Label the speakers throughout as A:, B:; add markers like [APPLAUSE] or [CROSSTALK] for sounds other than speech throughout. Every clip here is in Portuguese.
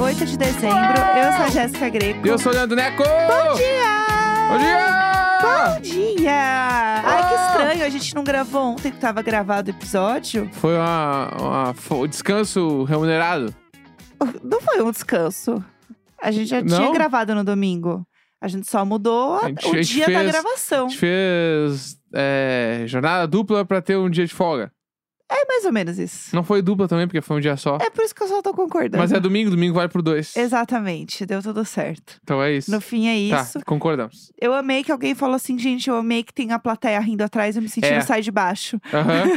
A: 8 é de dezembro. Eu sou a Jéssica Greco.
B: E eu sou o Leandro Neco!
A: Bom dia!
B: Bom dia!
A: Bom dia! Ai,
B: Ah.
A: que estranho, a gente não gravou ontem que tava gravado o episódio.
B: Foi uma, uma- foi um descanso remunerado.
A: Não foi um descanso. A gente já tinha
B: Não?
A: gravado no domingo. A gente só mudou a-
B: A gente-
A: o
B: a gente
A: dia da
B: fez- A
A: gravação.
B: gente fez é, jornada dupla pra ter um dia de folga.
A: É mais ou menos isso.
B: Não foi dupla também, porque foi um dia só.
A: É por isso que eu só tô concordando.
B: Mas é domingo, domingo vale pro dois.
A: Exatamente, deu tudo certo.
B: Então é isso.
A: No fim é isso.
B: Tá, concordamos.
A: Eu amei que alguém falou assim, gente, eu amei que tem a plateia rindo atrás, eu me senti
B: É.
A: no sai de baixo.
B: Aham.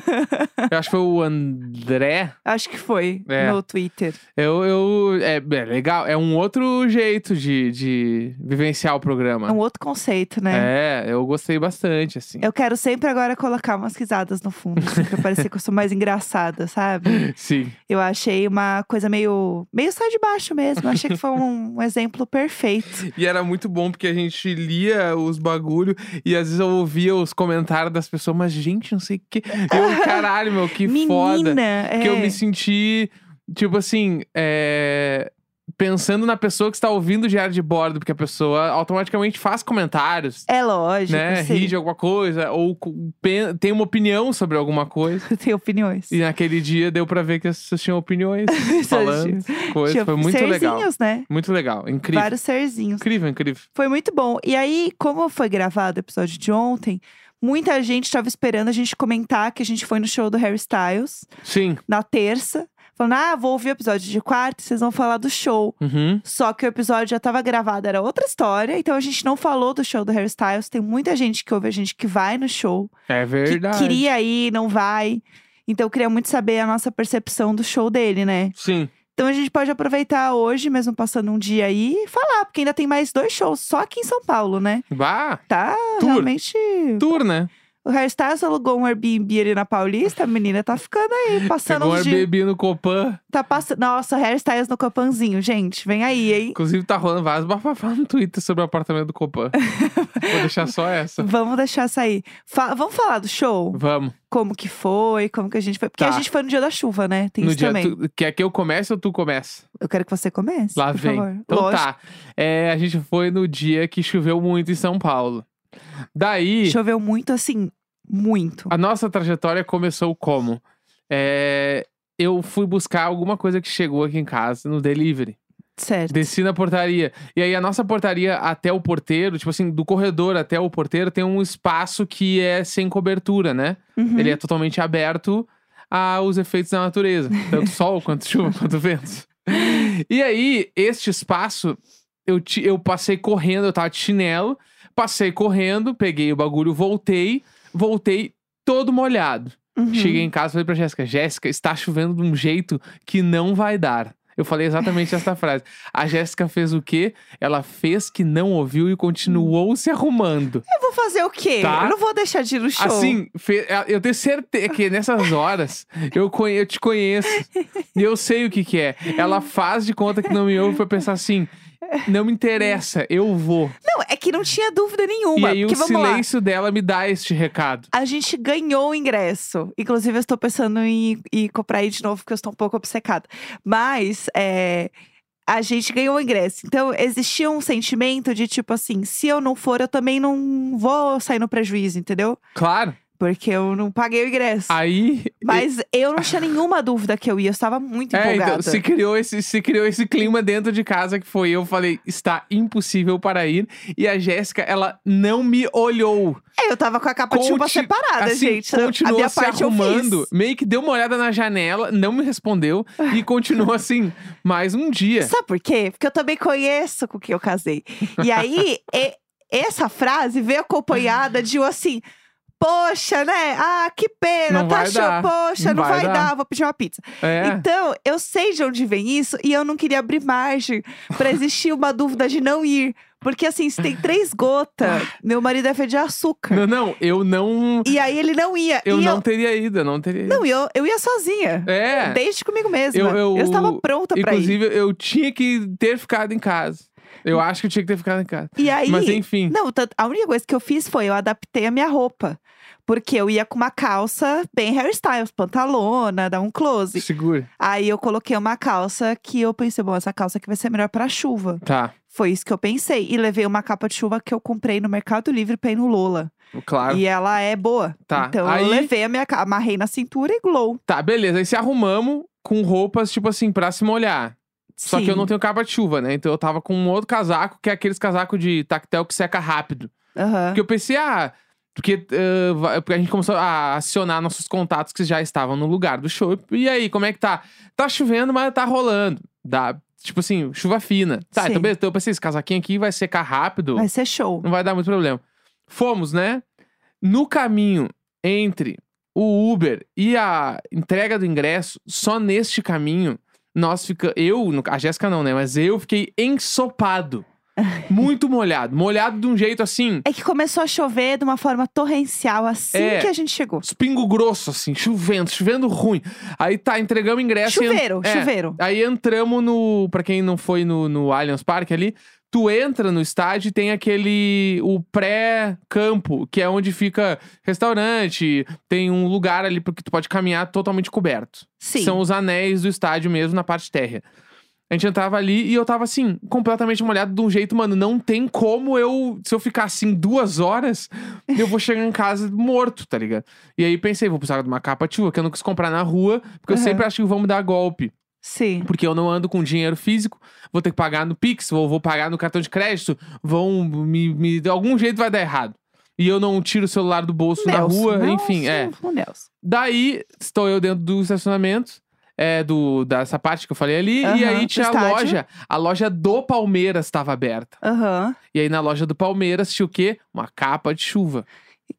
B: eu acho que foi o André.
A: Acho que foi
B: É.
A: no Twitter.
B: Eu, eu, é, é legal. É um outro jeito de, de vivenciar o
A: É
B: programa.
A: um outro conceito, né?
B: É, eu gostei bastante, assim.
A: Eu quero sempre agora colocar umas risadas no fundo, assim, pra parecer que eu sou mais engraçada, sabe?
B: Sim.
A: Eu achei uma coisa meio. meio sai de baixo mesmo. Eu achei que foi um, um exemplo perfeito.
B: E era muito bom porque a gente lia os bagulho e às vezes eu ouvia os comentários das pessoas, mas gente, não sei o que.
A: [LAUGHS]
B: Eu, caralho, meu, que
A: Menina,
B: foda.
A: é.
B: Que eu me senti, tipo assim, é, pensando na pessoa que está ouvindo o diário de bordo, porque a pessoa automaticamente faz comentários.
A: É lógico,
B: Né,
A: sim. [LAUGHS]
B: ri de alguma coisa, ou co- pen- tem uma opinião sobre alguma coisa.
A: Tem opiniões.
B: E naquele dia deu pra ver que as pessoas tinham
A: [LAUGHS]
B: opiniões, falando coisas.
A: Tinha
B: Foi muito legal.
A: serzinhos, né?
B: Muito legal. Incrível.
A: Vários serzinhos.
B: Incrível, incrível.
A: Foi muito bom. E aí, como foi gravado o episódio de ontem, muita gente estava esperando a gente comentar que a gente foi no show do Harry Styles
B: Sim.
A: na terça. Falando, ah, vou ouvir o episódio de quarta e vocês vão falar do show.
B: Uhum.
A: Só que o episódio já estava gravado, era outra história. Então a gente não falou do show do Harry Styles. Tem muita gente que ouve a gente que vai no show.
B: É verdade.
A: Que queria ir, não vai. Então eu queria muito saber a nossa percepção do show dele, né?
B: Sim.
A: Então a gente pode aproveitar hoje, mesmo passando um dia aí, e falar. Porque ainda tem mais dois shows só aqui em São Paulo, né?
B: Bah,
A: Tá
B: Tour.
A: realmente.
B: tour, né?
A: O Harry Styles alugou um Airbnb ali na Paulista, a menina tá ficando aí, passando
B: Pegou um
A: uns dias.
B: Airbnb no Copan.
A: Tá passando. Nossa, Harry Styles no Copanzinho, gente. Vem aí, hein?
B: Inclusive, tá rolando vários bafafá no Twitter sobre o apartamento do
A: [LAUGHS]
B: Copan. Vou deixar só essa.
A: Vamos deixar sair. Fa- Vamos falar do show?
B: Vamos.
A: Como que foi? Como que a gente foi? Porque
B: Tá.
A: a gente foi no dia da chuva, né? Tem
B: no
A: isso
B: dia,
A: também.
B: tu- quer que eu comece ou tu começa?
A: Eu quero que você comece.
B: Lá
A: por
B: vem.
A: favor.
B: Então
A: Lógico.
B: tá. É, a gente foi no dia que choveu muito em São Paulo. Daí,
A: Choveu muito, assim, muito.
B: a nossa trajetória começou como? É, eu fui buscar alguma coisa que chegou aqui em casa no delivery.
A: Certo.
B: Desci na portaria. E aí a nossa portaria até o porteiro, tipo assim, do corredor até o porteiro, tem um espaço que é sem cobertura, né?
A: Uhum.
B: Ele é totalmente aberto aos efeitos da natureza.
A: [LAUGHS]
B: Tanto sol, quanto chuva, quanto vento. E aí, este espaço, eu, ti- eu passei correndo, eu tava de chinelo, passei correndo, peguei o bagulho, voltei, voltei todo molhado.
A: Uhum.
B: é Cheguei em casa e falei pra Jéssica: Jéssica, está chovendo de um jeito que não vai dar. Eu falei exatamente essa frase. A Jéssica fez o quê? Ela fez que não ouviu e continuou se arrumando.
A: Eu vou fazer o quê?
B: Tá.
A: Eu não vou deixar de ir no show.
B: Assim, fe- eu tenho certeza que nessas horas eu, conhe- eu te conheço e eu sei o que, que é. Ela faz de conta que não me ouve pra pensar assim: não me interessa, eu vou.
A: Não, é que não tinha dúvida
B: E
A: nenhuma.
B: aí
A: porque
B: o
A: vamos lá.
B: silêncio dela me dá este recado.
A: A gente ganhou o ingresso. Inclusive, eu estou pensando em, em comprar aí de novo, porque eu estou um pouco obcecada. Mas é, a gente ganhou o ingresso. Então, existia um sentimento de tipo assim: se eu não for, eu também não vou sair no prejuízo, entendeu?
B: Claro.
A: Porque eu não paguei o ingresso.
B: Aí.
A: Mas eu não tinha nenhuma dúvida que eu ia, eu estava muito
B: É,
A: empolgada.
B: então, se criou, esse, se criou esse clima dentro de casa que foi eu. Falei, está impossível para ir. E a Jéssica, ela não me olhou.
A: É, eu tava com a capa de chuva
B: Conti-
A: separada,
B: assim,
A: gente. a
B: continuou
A: minha
B: se
A: parte
B: arrumando.
A: eu fiz. Ah.
B: Meio que deu uma olhada na janela, não me respondeu. E continuou assim, mais um dia.
A: Sabe por quê? Porque eu também conheço com quem eu casei. E aí, e- essa frase veio acompanhada de um assim. Poxa, né? Ah, que pena,
B: Não
A: tá
B: vai
A: achou?
B: dar.
A: Poxa, não,
B: Não vai
A: vai
B: dar.
A: dar. vou pedir uma pizza.
B: É.
A: Então, eu sei de onde vem isso e eu não queria abrir margem pra existir
B: [LAUGHS]
A: uma dúvida de não ir. Porque assim, se tem três gotas, meu marido é feito de açúcar.
B: Não, não, eu não.
A: E aí ele não ia.
B: Eu
A: e
B: não
A: eu,
B: teria ido, eu não teria ido.
A: não, e eu, eu ia sozinha.
B: É.
A: Desde comigo mesma.
B: Eu- eu-
A: estava pronta pra ir.
B: Inclusive, eu tinha que ter ficado em casa. Eu acho que eu tinha que ter ficado em casa.
A: E aí.
B: Mas enfim.
A: Não, tanto- a única coisa que eu fiz foi eu adaptei a minha roupa. Porque eu ia com uma calça bem hairstyles, pantalona, dá um close.
B: Segure.
A: Aí eu coloquei uma calça que eu pensei, bom, essa calça aqui vai ser melhor pra chuva.
B: Tá,
A: Foi isso que eu pensei. E levei uma capa de chuva que eu comprei no Mercado Livre pra ir no Lola.
B: claro.
A: E ela é boa.
B: Ah. Tá,
A: Então
B: aí-
A: eu levei a minha capa, amarrei na cintura e glow.
B: Tá, beleza. Aí se arrumamos com roupas, tipo assim, pra se molhar. Só que eu
A: Sim.
B: não tenho capa de chuva, né? Então eu tava com um outro casaco, que é aqueles casacos de tactel que seca rápido.
A: Aham.
B: Porque eu pensei, ah. Porque, ah, vai- porque a gente começou a acionar nossos contatos que já estavam no lugar do show. E aí, como é que tá? Tá chovendo, mas tá rolando. Dá, tipo assim, chuva fina. Tá,
A: Sim.
B: então beleza. Então eu pensei, esse casaquinho aqui vai secar rápido.
A: Vai ser show.
B: Não vai dar muito problema. Fomos, né? No caminho entre o Uber e a entrega do ingresso, só neste caminho, nós ficamos. Eu, no- a Jéssica não, né? Mas eu fiquei
A: [LAUGHS]
B: ensopado. Muito molhado. Molhado de um jeito assim.
A: É que começou a chover de uma forma torrencial assim
B: É.
A: que a gente chegou.
B: Os pingos grossos, assim, chovendo, chovendo ruim. Aí tá, entregamos o ingresso. e en-
A: Chuveiro,
B: é.
A: chuveiro.
B: Aí entramos no. Pra quem não foi no, no Allianz Parque ali, tu entra no estádio e tem aquele. O pré-campo, que é onde fica restaurante, tem um lugar ali porque tu pode caminhar totalmente coberto.
A: Sim.
B: São os anéis do estádio mesmo, na parte térrea. A gente entrava ali e eu tava assim, completamente molhado de um jeito, mano. Não tem como eu. Se eu ficar assim duas horas, eu vou chegar em casa morto, tá ligado? E aí pensei, vou precisar de uma capa de chuva que eu não quis comprar na rua, porque eu
A: Aham.
B: sempre acho que vão me dar golpe
A: Sim.
B: porque eu não ando com dinheiro físico, vou ter que pagar no Pix, ou vou pagar no cartão de crédito, vão me, me- de algum jeito vai dar errado. E eu não tiro o celular do bolso na
A: Nelson,
B: rua,
A: Nelson,
B: enfim, é.
A: o Nelson.
B: Daí estou eu dentro do estacionamento, é do dessa parte que eu falei ali, e
A: Aham,
B: aí
A: do
B: tinha a
A: estádio.
B: loja, a loja do Palmeiras estava aberta.
A: Aham.
B: E aí na loja do Palmeiras tinha o quê? Uma capa de chuva.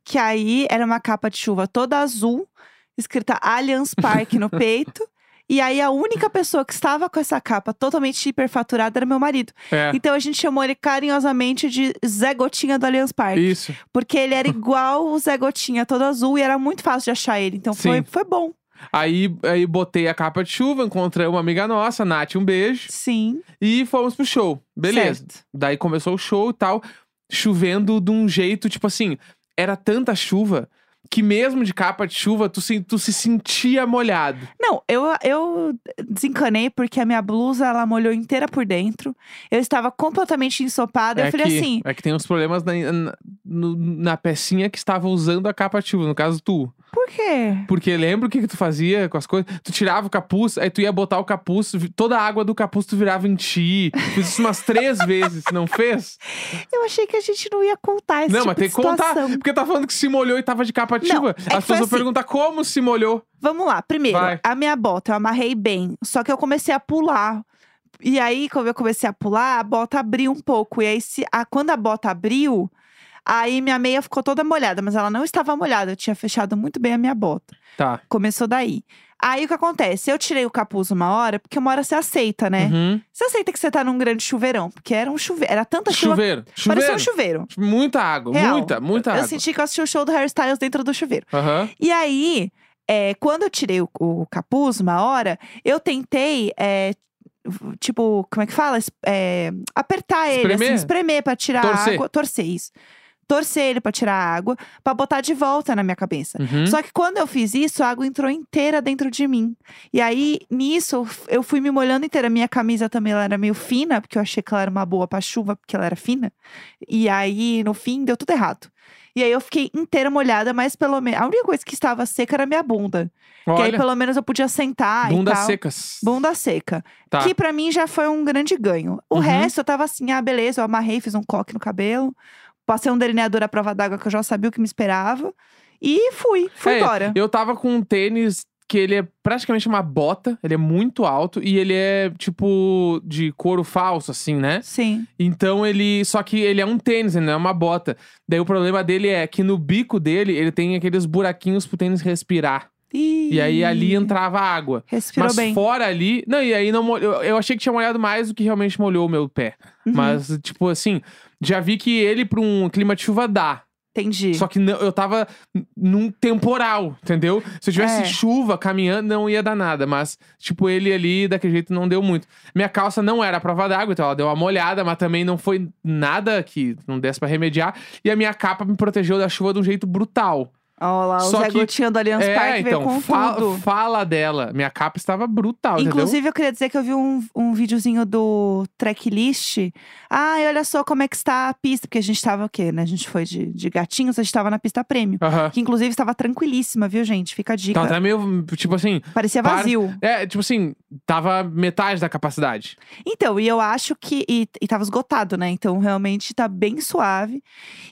A: que aí era uma capa de chuva toda azul, escrita Allianz
B: [LAUGHS]
A: Parque no peito. E aí a única pessoa que estava com essa capa totalmente hiperfaturada era meu marido.
B: É.
A: Então a gente chamou ele carinhosamente de Zé Gotinha do Allianz Parque.
B: Isso.
A: Porque ele era igual o Zé Gotinha, todo azul, e era muito fácil de achar ele. Então foi,
B: Sim.
A: foi bom.
B: Aí, aí botei a capa de chuva, encontrei uma amiga nossa, Nath, um beijo.
A: Sim.
B: E fomos pro show. Beleza.
A: certo.
B: Daí começou o show e tal, chovendo de um jeito, tipo assim, era tanta chuva que mesmo de capa de chuva, tu se, tu se sentia molhado.
A: Não, eu, eu desencanei porque a minha blusa ela molhou inteira por dentro. Eu estava completamente ensopada. eu falei
B: que,
A: assim:
B: é que tem uns problemas na, na, no- na pecinha que estava usando a capa de chuva, no caso tu.
A: por quê?
B: Porque lembra o que, que tu fazia com as coisas? Tu tirava o capuz, aí tu ia botar o capuz, vi- toda a água do capuz tu virava em ti. Fiz isso umas
A: [LAUGHS]
B: três vezes, não fez?
A: Eu achei que a gente não ia contar esse
B: não,
A: tipo
B: mas tem
A: de
B: que contar.
A: situação.
B: Porque tá falando que se molhou e tava de capa de
A: Não,
B: chuva.
A: é que foi
B: as pessoas vão
A: assim.
B: perguntar como se molhou.
A: Vamos lá. Primeiro,
B: Vai.
A: a minha bota eu amarrei bem, só que eu comecei a pular. E aí, quando eu comecei a pular, a bota abriu um pouco. E aí, se, a, quando a bota abriu, aí minha meia ficou toda molhada, mas ela não estava molhada. Eu tinha fechado muito bem a minha bota.
B: Tá.
A: Começou daí. Aí o que acontece? Eu tirei o capuz uma hora, porque uma hora você aceita, né?
B: Uhum.
A: Você aceita que você tá num grande chuveirão, porque era um chuveiro. Era tanta chuva.
B: Chuveiro. Chuveiro. Tá,
A: Parecia um chuveiro.
B: Muita água,
A: Real.
B: muita, muita
A: Eu
B: água.
A: senti que eu assisti o show do Hairstyles dentro do chuveiro.
B: Aham.
A: E aí, é, quando eu tirei o, o capuz, uma hora, eu tentei, é, v- tipo, como é que fala? Es- é, apertar ele,
B: Espremer?
A: assim, espremer pra tirar
B: Torcer.
A: a água. Torcer isso. Torcer ele pra tirar a água, pra botar de volta na minha cabeça.
B: Uhum.
A: Só que quando eu fiz isso, a água entrou inteira dentro de mim. E aí, nisso, eu f- eu fui me molhando inteira. Minha camisa também ela era meio fina, porque eu achei que ela era uma boa pra chuva, porque ela era fina. E aí, no fim, deu tudo errado. E aí eu fiquei inteira molhada, mas pelo menos. A única coisa que estava seca era a minha bunda. que aí,
B: Olha,
A: pelo menos, eu podia sentar e
B: bundas
A: tal.
B: secas.
A: Bunda seca.
B: Tá.
A: Que pra mim já foi um grande ganho. O
B: Uhum.
A: resto, eu tava assim, ah, beleza, eu amarrei, fiz um coque no cabelo. Passei um delineador à prova d'água que eu já sabia o que me esperava. E fui, fui
B: É,
A: embora.
B: Eu tava com um tênis que ele é praticamente uma bota, ele é muito alto e ele é tipo de couro falso assim, né?
A: Sim.
B: Então ele, só que ele é um tênis, ele não é uma bota. Daí o problema dele é que no bico dele ele tem aqueles buraquinhos pro tênis respirar. E aí ali entrava água.
A: Respirou
B: mas
A: bem.
B: fora ali. Não, e aí não molhou. Eu, eu achei que tinha molhado mais do que realmente molhou o meu pé.
A: Uhum.
B: Mas, tipo assim, já vi que ele, pra um clima de chuva, dá.
A: Entendi.
B: Só que não- eu tava n- num temporal, entendeu? Se eu tivesse
A: É.
B: chuva caminhando, não ia dar nada. Mas, tipo, ele ali, daquele jeito, não deu muito. Minha calça não era a prova d'água, então ela deu uma molhada, mas também não foi nada que não desse pra remediar. E a minha capa me protegeu da chuva de um jeito brutal.
A: Olha lá, o
B: Só
A: Zé
B: que-
A: Gotinha do Allianz
B: é,
A: Parque
B: então,
A: veio com
B: fa-
A: tudo.
B: fala dela. Minha capa estava brutal, entendeu?
A: Inclusive, eu queria dizer que eu vi um, um videozinho do tracklist. Ai, olha só como é que está a pista. Porque a gente tava o quê, né? A gente foi de, de gatinhos, a gente tava na pista prêmio.
B: Aham.
A: Que inclusive estava tranquilíssima, viu, gente? Fica a dica.
B: Então, tá meio, tipo assim...
A: Parecia
B: Para-
A: vazio.
B: É, tipo assim, tava metade da capacidade.
A: Então, e eu acho que. E, e tava esgotado, né? Então, realmente tá bem suave.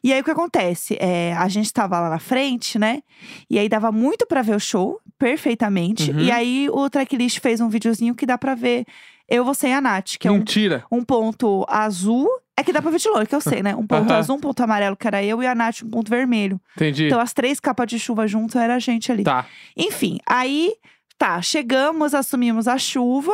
A: E aí, o que acontece? É, a gente tava lá na frente, né? E aí dava muito pra ver o show, perfeitamente.
B: Uhum.
A: E aí, o tracklist fez um videozinho que dá pra ver eu, você e a Nath, que é um,
B: Mentira.
A: um ponto azul. É que dá pra ver de longe, que eu sei, né? Um ponto
B: Aham.
A: azul, um ponto amarelo, que era eu, e a Nath, um ponto vermelho.
B: Entendi.
A: Então, as três capas de chuva junto era a gente ali.
B: Tá.
A: Enfim, aí tá, chegamos, assumimos a chuva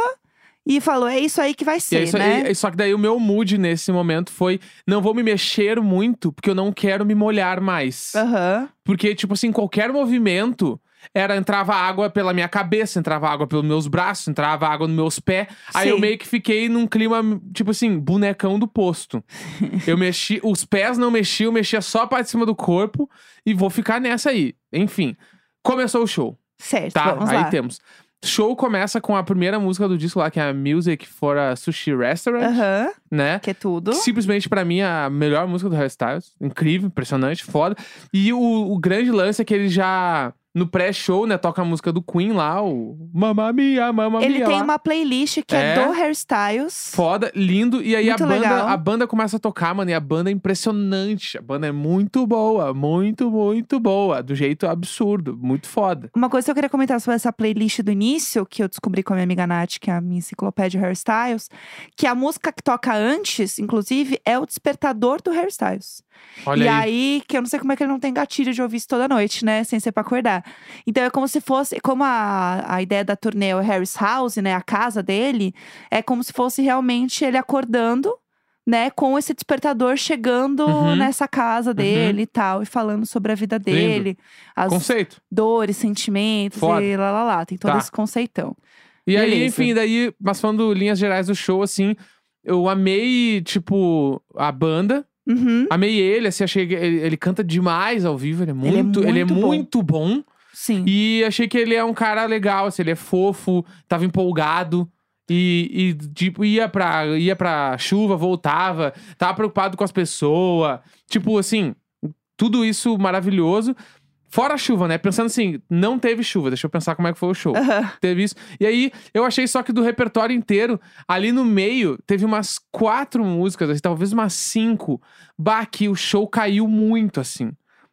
A: e falou: é isso aí que vai
B: E
A: ser,
B: é isso,
A: né?
B: e- e- só que daí o meu mood nesse momento foi: não vou me mexer muito, porque eu não quero me molhar mais.
A: Ah. Aham.
B: Porque, tipo assim, qualquer movimento era entrava água pela minha cabeça, entrava água pelos meus braços, entrava água nos meus pés. Aí eu
A: Sim.
B: meio que fiquei num clima, tipo assim, bonecão do
A: [LAUGHS]
B: posto. eu mexi, os pés não mexiam, eu mexia só a parte de cima do corpo e vou ficar nessa aí. Enfim, começou o show.
A: Certo,
B: Tá,
A: vamos
B: aí
A: lá.
B: temos. Show começa com a primeira música do disco lá, que é a Music for a Sushi Restaurant,
A: Aham,
B: né?
A: que é tudo.
B: Simplesmente, pra mim, a melhor música do Harry Styles. Incrível, impressionante, foda. E o, o grande lance é que ele já, no pré-show, né, toca a música do Queen lá, o Mamma Mia, Mamma
A: Ele
B: Mia
A: tem
B: lá.
A: uma playlist que
B: É.
A: é, do Hairstyles.
B: Foda, lindo. E aí a
A: Muito
B: banda,
A: legal.
B: a banda começa a tocar, mano. E a banda é impressionante. A banda é muito boa, muito, muito boa. Do jeito absurdo, muito foda.
A: Uma coisa que eu queria comentar sobre essa playlist do início, que eu descobri com a minha amiga Nath, que é a minha enciclopédia Hairstyles, que a música que toca antes, inclusive, é o despertador do Hairstyles.
B: Olha
A: e
B: aí.
A: aí, que eu não sei como é que ele não tem gatilho de ouvir isso toda noite, né? Sem ser pra acordar. Então é como se fosse. Como a, a ideia da turnê é o Harris House, né? A casa dele, é como se fosse realmente ele acordando, né? Com esse despertador chegando
B: Uhum.
A: nessa casa dele e tal, e falando sobre a vida dele, as
B: Conceito.
A: dores, sentimentos
B: Foda.
A: e lá lá lá. Tem todo
B: Tá.
A: esse conceitão.
B: E aí,
A: Beleza.
B: enfim, daí, mas falando linhas gerais do show, assim, eu amei, tipo, a banda.
A: Uhum,
B: Amei ele, assim, achei que ele, ele canta demais ao vivo, ele é
A: é
B: muito, ele é
A: muito bom.
B: muito bom.
A: sim.
B: E achei que ele é um cara legal, assim, ele é fofo, tava empolgado. E, e, tipo, ia pra, ia pra chuva, voltava, tava preocupado com as pessoas. Tipo, assim, tudo isso maravilhoso. Fora a chuva, né? Pensando assim, não teve chuva, deixa eu pensar como é que foi o show
A: Aham.
B: teve isso. E aí, eu achei só que do repertório inteiro, ali no meio, teve umas quatro músicas, assim, talvez umas cinco. Bah, que o show caiu muito, assim.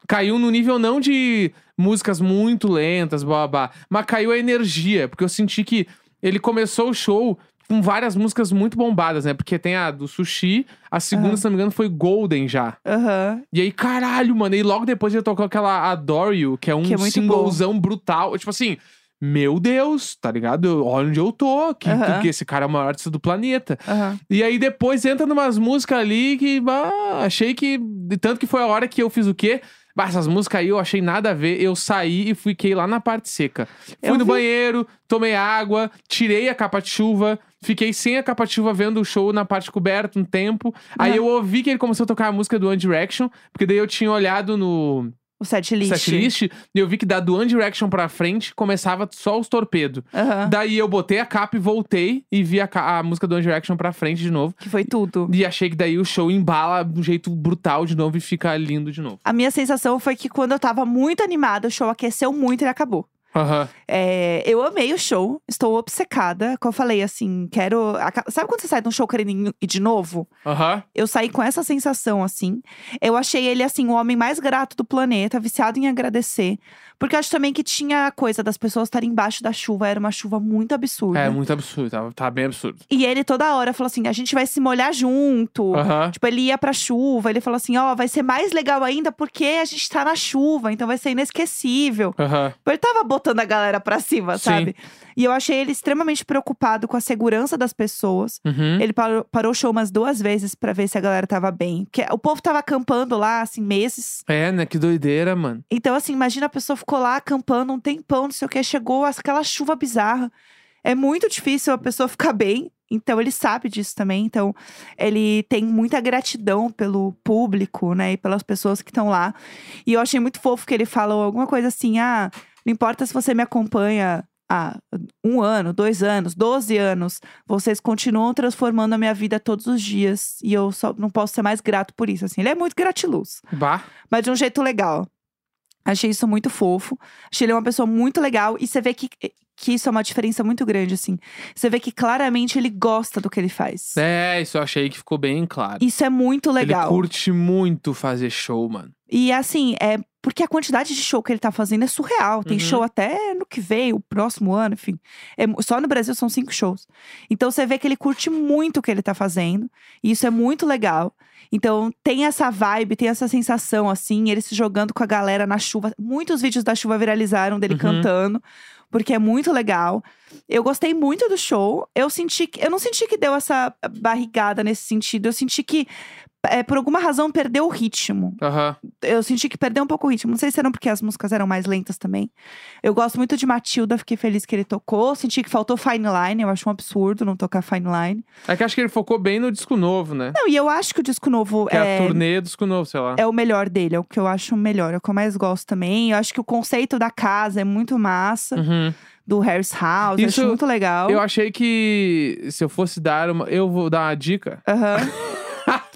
B: Caiu no nível não de músicas muito lentas, blá, blá, blá, mas caiu a energia, porque eu senti que ele começou o show com várias músicas muito bombadas, né? Porque tem a do Sushi, a segunda,
A: Aham.
B: se não me engano, foi Golden já.
A: Aham.
B: E aí, caralho, mano. E logo depois ele tocou aquela Adore You, que é um
A: Que é muito
B: singlezão brutal. Eu, Tipo assim, meu Deus, tá ligado? Eu- Olha onde eu tô. Que,
A: Aham.
B: que esse cara é o maior artista do planeta.
A: Aham.
B: E aí depois entra numas músicas ali que bah, achei que. de Tanto que foi a hora que eu fiz o quê? Bah, essas músicas aí eu achei nada a ver. Eu saí e fiquei lá na parte seca.
A: Eu
B: Fui no
A: vi.
B: banheiro, tomei água, tirei a capa de chuva, fiquei sem a capa de chuva vendo o show na parte coberta um tempo. Aí
A: Aham.
B: eu ouvi que ele começou a tocar a música do One Direction, porque daí eu tinha olhado no
A: O set list.
B: setlist e eu vi que da do One Direction pra frente começava só os torpedos.
A: Aham.
B: Daí eu botei a capa e voltei e vi a, ca- a música do One Direction pra frente de novo.
A: Que foi tudo.
B: E achei que daí o show embala de um jeito brutal de novo e fica lindo de novo.
A: A minha sensação foi que quando eu tava muito animada, o show aqueceu muito e ele acabou.
B: Aham.
A: É, eu amei o show, estou obcecada. Como eu falei, assim, quero. aca- Sabe quando você sai de um show querendo ir de novo?
B: Aham.
A: Eu saí com essa sensação, assim. Eu achei ele, assim, o homem mais grato do planeta, viciado em agradecer. Porque eu acho também que tinha a coisa das pessoas estarem embaixo da chuva, era uma chuva muito absurda.
B: É muito absurdo, tá, tá bem absurdo.
A: E ele toda hora falou assim: a gente vai se molhar junto.
B: Aham.
A: Tipo, ele ia pra chuva, ele falou assim: ó, vai ser mais legal ainda porque a gente tá na chuva, então vai ser inesquecível.
B: Aham.
A: Ele tava botando a galera pra cima,
B: Sim.
A: sabe? E eu achei ele extremamente preocupado com a segurança das pessoas.
B: Uhum.
A: Ele parou, parou o show umas duas vezes pra ver se a galera tava bem. Porque o povo tava acampando lá, assim, meses.
B: É, né? Que doideira, mano.
A: Então, assim, imagina a pessoa ficou lá acampando um tempão, não sei o que, chegou aquela chuva bizarra. É muito difícil a pessoa ficar bem. Então ele sabe disso também. Então ele tem muita gratidão pelo público, né? E pelas pessoas que estão lá. E eu achei muito fofo que ele falou alguma coisa assim: ah, não importa se você me acompanha há um ano, dois anos, doze anos, vocês continuam transformando a minha vida todos os dias. E eu só não posso ser mais grato por isso. Assim, ele é muito gratiluz
B: Bah.
A: mas de um jeito legal. Achei isso muito fofo. Achei ele uma pessoa muito legal. E você vê que, que isso é uma diferença muito grande, assim. Você vê que claramente ele gosta do que ele faz.
B: É, isso eu achei que ficou bem claro.
A: Isso é muito
B: Ele
A: legal.
B: curte muito fazer show, mano.
A: E assim, é porque a quantidade de show que ele tá fazendo é surreal. Tem
B: Uhum.
A: show até no que vem, o próximo ano, enfim. É mu- só no Brasil são cinco shows. Então você vê que ele curte muito o que ele tá fazendo. E isso é muito legal. Então tem essa vibe, tem essa sensação, assim, ele se jogando com a galera na chuva. Muitos vídeos da chuva viralizaram dele
B: Uhum.
A: cantando. Porque é muito legal. Eu gostei muito do show. Eu senti que. Eu não senti que deu essa barrigada nesse sentido. Eu senti que, é, por alguma razão, perdeu o ritmo
B: Aham.
A: eu senti que perdeu um pouco o ritmo. Não sei se eram porque as músicas eram mais lentas também. Eu gosto muito de Matilda, fiquei feliz que ele tocou. Senti que faltou Fine Line, eu acho um absurdo não tocar Fine Line.
B: É que acho que ele focou bem no disco novo, né?
A: Não, e eu acho que o disco novo
B: Que é a
A: é,
B: turnê do disco novo, sei lá.
A: é o melhor dele, é o que eu acho melhor, é o que eu mais gosto também. Eu acho que o conceito da casa é muito massa,
B: Uhum.
A: do Harris House, eu
B: Isso
A: acho muito legal.
B: Eu achei que se eu fosse dar uma. Eu vou dar uma dica. [LAUGHS]
A: Aham.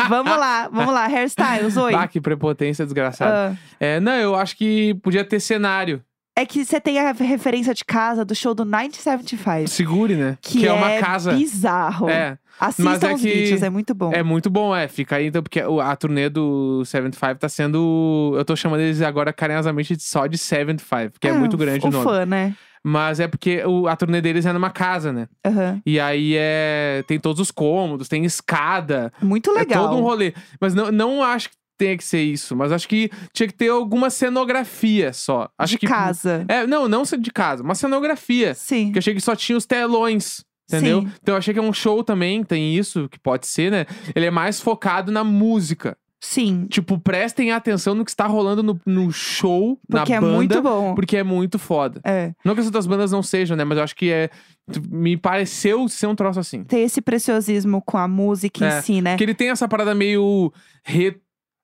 A: vamos lá, vamos lá, hairstyles, oi.
B: Ah, que prepotência desgraçada.
A: Ah,
B: É, não, eu acho que podia ter cenário.
A: é que você tem a referência de casa do show do 1975.
B: Segure, né?
A: Que,
B: é uma casa.
A: bizarro.
B: É,
A: Assistam
B: Mas é
A: os
B: que-
A: vídeos, é muito bom.
B: é muito bom, é. Fica aí então, porque o- a turnê do 75 tá sendo. Eu tô chamando eles agora carinhosamente de- só de 75, porque é, muito grande
A: Ah, o
B: o nome.
A: fã, né?
B: Mas é porque o- a turnê deles é numa casa, né?
A: Aham.
B: E aí é. Tem todos os cômodos, tem escada.
A: Muito legal.
B: É todo um rolê. Mas não, não acho que tenha que ser isso. Mas acho que tinha que ter alguma cenografia só. Acho
A: de
B: que.
A: casa.
B: É, não, não ce- de casa, uma cenografia.
A: Sim.
B: Porque eu achei que só tinha os telões. Entendeu?
A: Sim.
B: Então eu achei que é um show também, tem isso, que pode ser, né? Ele é mais focado na música.
A: Sim.
B: Tipo, prestem atenção no que está rolando no, no show,
A: Porque
B: na
A: é
B: banda.
A: muito bom.
B: Porque é muito foda.
A: É.
B: Não que as outras bandas não sejam, né? Mas eu acho que é. tu- Me pareceu ser um troço assim.
A: Tem esse preciosismo com a música
B: É,
A: em si, né?
B: Porque ele tem essa parada meio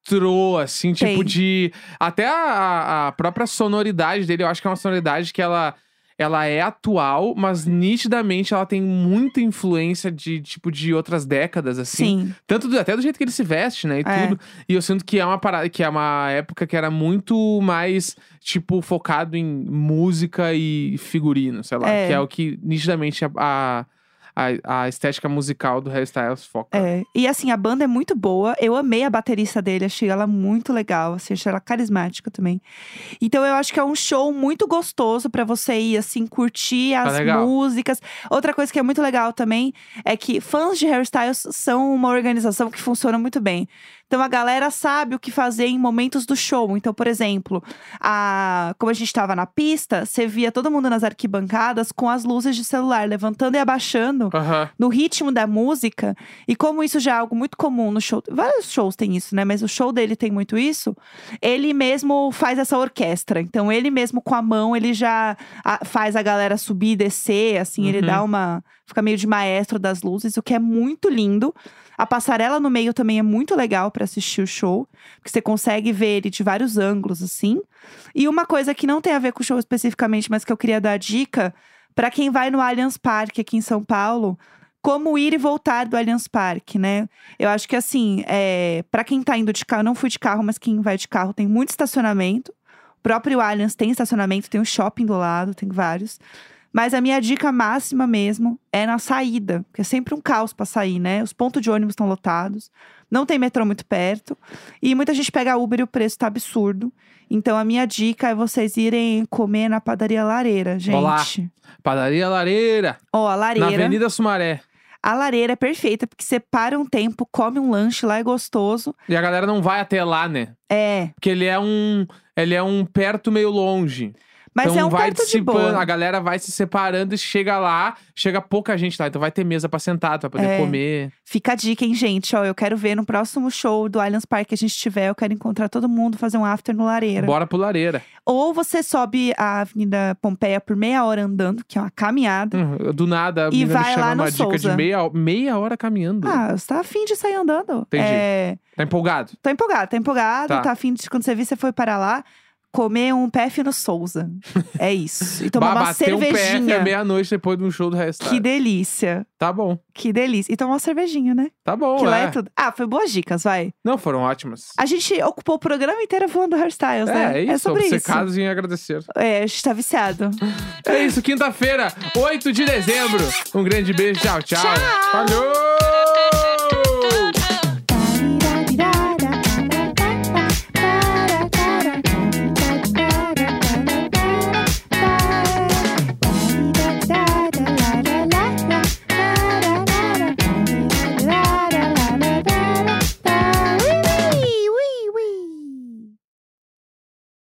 B: retrô, assim, tipo
A: Tem.
B: de. Até a, a própria sonoridade dele, eu acho que é uma sonoridade que ela. Ela é atual, mas nitidamente ela tem muita influência de, tipo, de outras décadas, assim.
A: Sim.
B: Tanto do- até do jeito que ele se veste, né? E
A: É.
B: tudo. E eu sinto que é uma parada, que é uma época que era muito mais, tipo, focado em música e figurino, sei lá.
A: É.
B: Que é o que nitidamente a, a, a- a estética musical do hairstyles foca.
A: É. E assim, a banda é muito boa. Eu amei a baterista dele, achei ela muito legal, assim, achei ela carismática também. Então eu acho que é um show muito gostoso pra você ir assim curtir as
B: legal.
A: músicas. Outra coisa que é muito legal também é que fãs de hairstyles são uma organização que funciona muito bem. Então a galera sabe o que fazer em momentos do show. Então, por exemplo, a... como a gente tava na pista, você via todo mundo nas arquibancadas com as luzes de celular levantando e abaixando
B: Aham.
A: no ritmo da música. E como isso já é algo muito comum no show, vários shows têm isso, né? Mas o show dele tem muito isso. Ele mesmo faz essa orquestra. Então ele mesmo com a mão, ele já a- faz a galera subir e descer, assim, ele
B: Uhum.
A: dá uma fica meio de maestro das luzes, o que é muito lindo. A passarela no meio também é muito legal pra assistir o show, porque você consegue ver ele de vários ângulos assim. E uma coisa que não tem a ver com o show especificamente, mas que eu queria dar a dica pra quem vai no Allianz Parque aqui em São Paulo, como ir e voltar do Allianz Parque, né? Eu acho que assim, é, para quem tá indo de carro, eu não fui de carro, mas quem vai de carro tem muito estacionamento. O próprio Allianz tem estacionamento, tem um shopping do lado, tem vários. Mas a minha dica máxima mesmo é na saída, porque é sempre um caos pra sair, né? Os pontos de ônibus estão lotados, não tem metrô muito perto, e muita gente pega Uber e o preço tá absurdo. Então a minha dica é vocês irem comer na padaria Lareira, gente.
B: Olá. Padaria Lareira,
A: Ó, a
B: na
A: Lareira.
B: Avenida Sumaré.
A: A lareira é perfeita, porque você para um tempo, come um lanche lá, é gostoso.
B: E a galera não vai até lá, né?
A: É,
B: Porque ele é um. Ele é um perto meio longe.
A: Mas
B: então
A: é um
B: vai
A: quarto de boa.
B: dissipando, a galera vai se separando e chega lá, chega pouca gente lá. Então vai ter mesa pra sentar, tu vai poder
A: É.
B: comer.
A: Fica a dica, hein, gente? Ó, eu quero ver no próximo show do Allianz Park que a gente tiver. Eu quero encontrar todo mundo, fazer um after no Lareira.
B: Bora pro lareira.
A: Ou você sobe a Avenida Pompeia por meia hora andando, que é uma caminhada.
B: Hum, Do nada, a
A: E
B: menina me
A: vai
B: chama
A: lá no
B: uma dica de
A: Souza.
B: meia, ho- meia hora caminhando.
A: Ah, você tá afim de sair andando.
B: Entendi.
A: É,
B: Tá empolgado.
A: tô empolgado, tá empolgado.
B: Tá.
A: Tá, afim de, quando você vir, você foi para lá, comer um PF no Souza. É isso. E tomar
B: Bah,
A: uma
B: bater um PF
A: cervejinha.
B: à meia-noite depois de um show do restart.
A: que delícia.
B: Tá bom,
A: Que delícia. E tomar uma cervejinha, né?
B: tá bom,
A: que lá
B: é.
A: é tudo. Ah, foi boas dicas, vai.
B: Não, foram ótimas.
A: A gente ocupou o programa inteiro falando hairstyles, né?
B: é, isso,
A: é sobre isso.
B: obcecados em agradecer.
A: É, a gente tá viciado.
B: É isso, quinta-feira, 8 de dezembro. Um grande beijo, tchau, tchau.
A: Tchau.
B: Falou!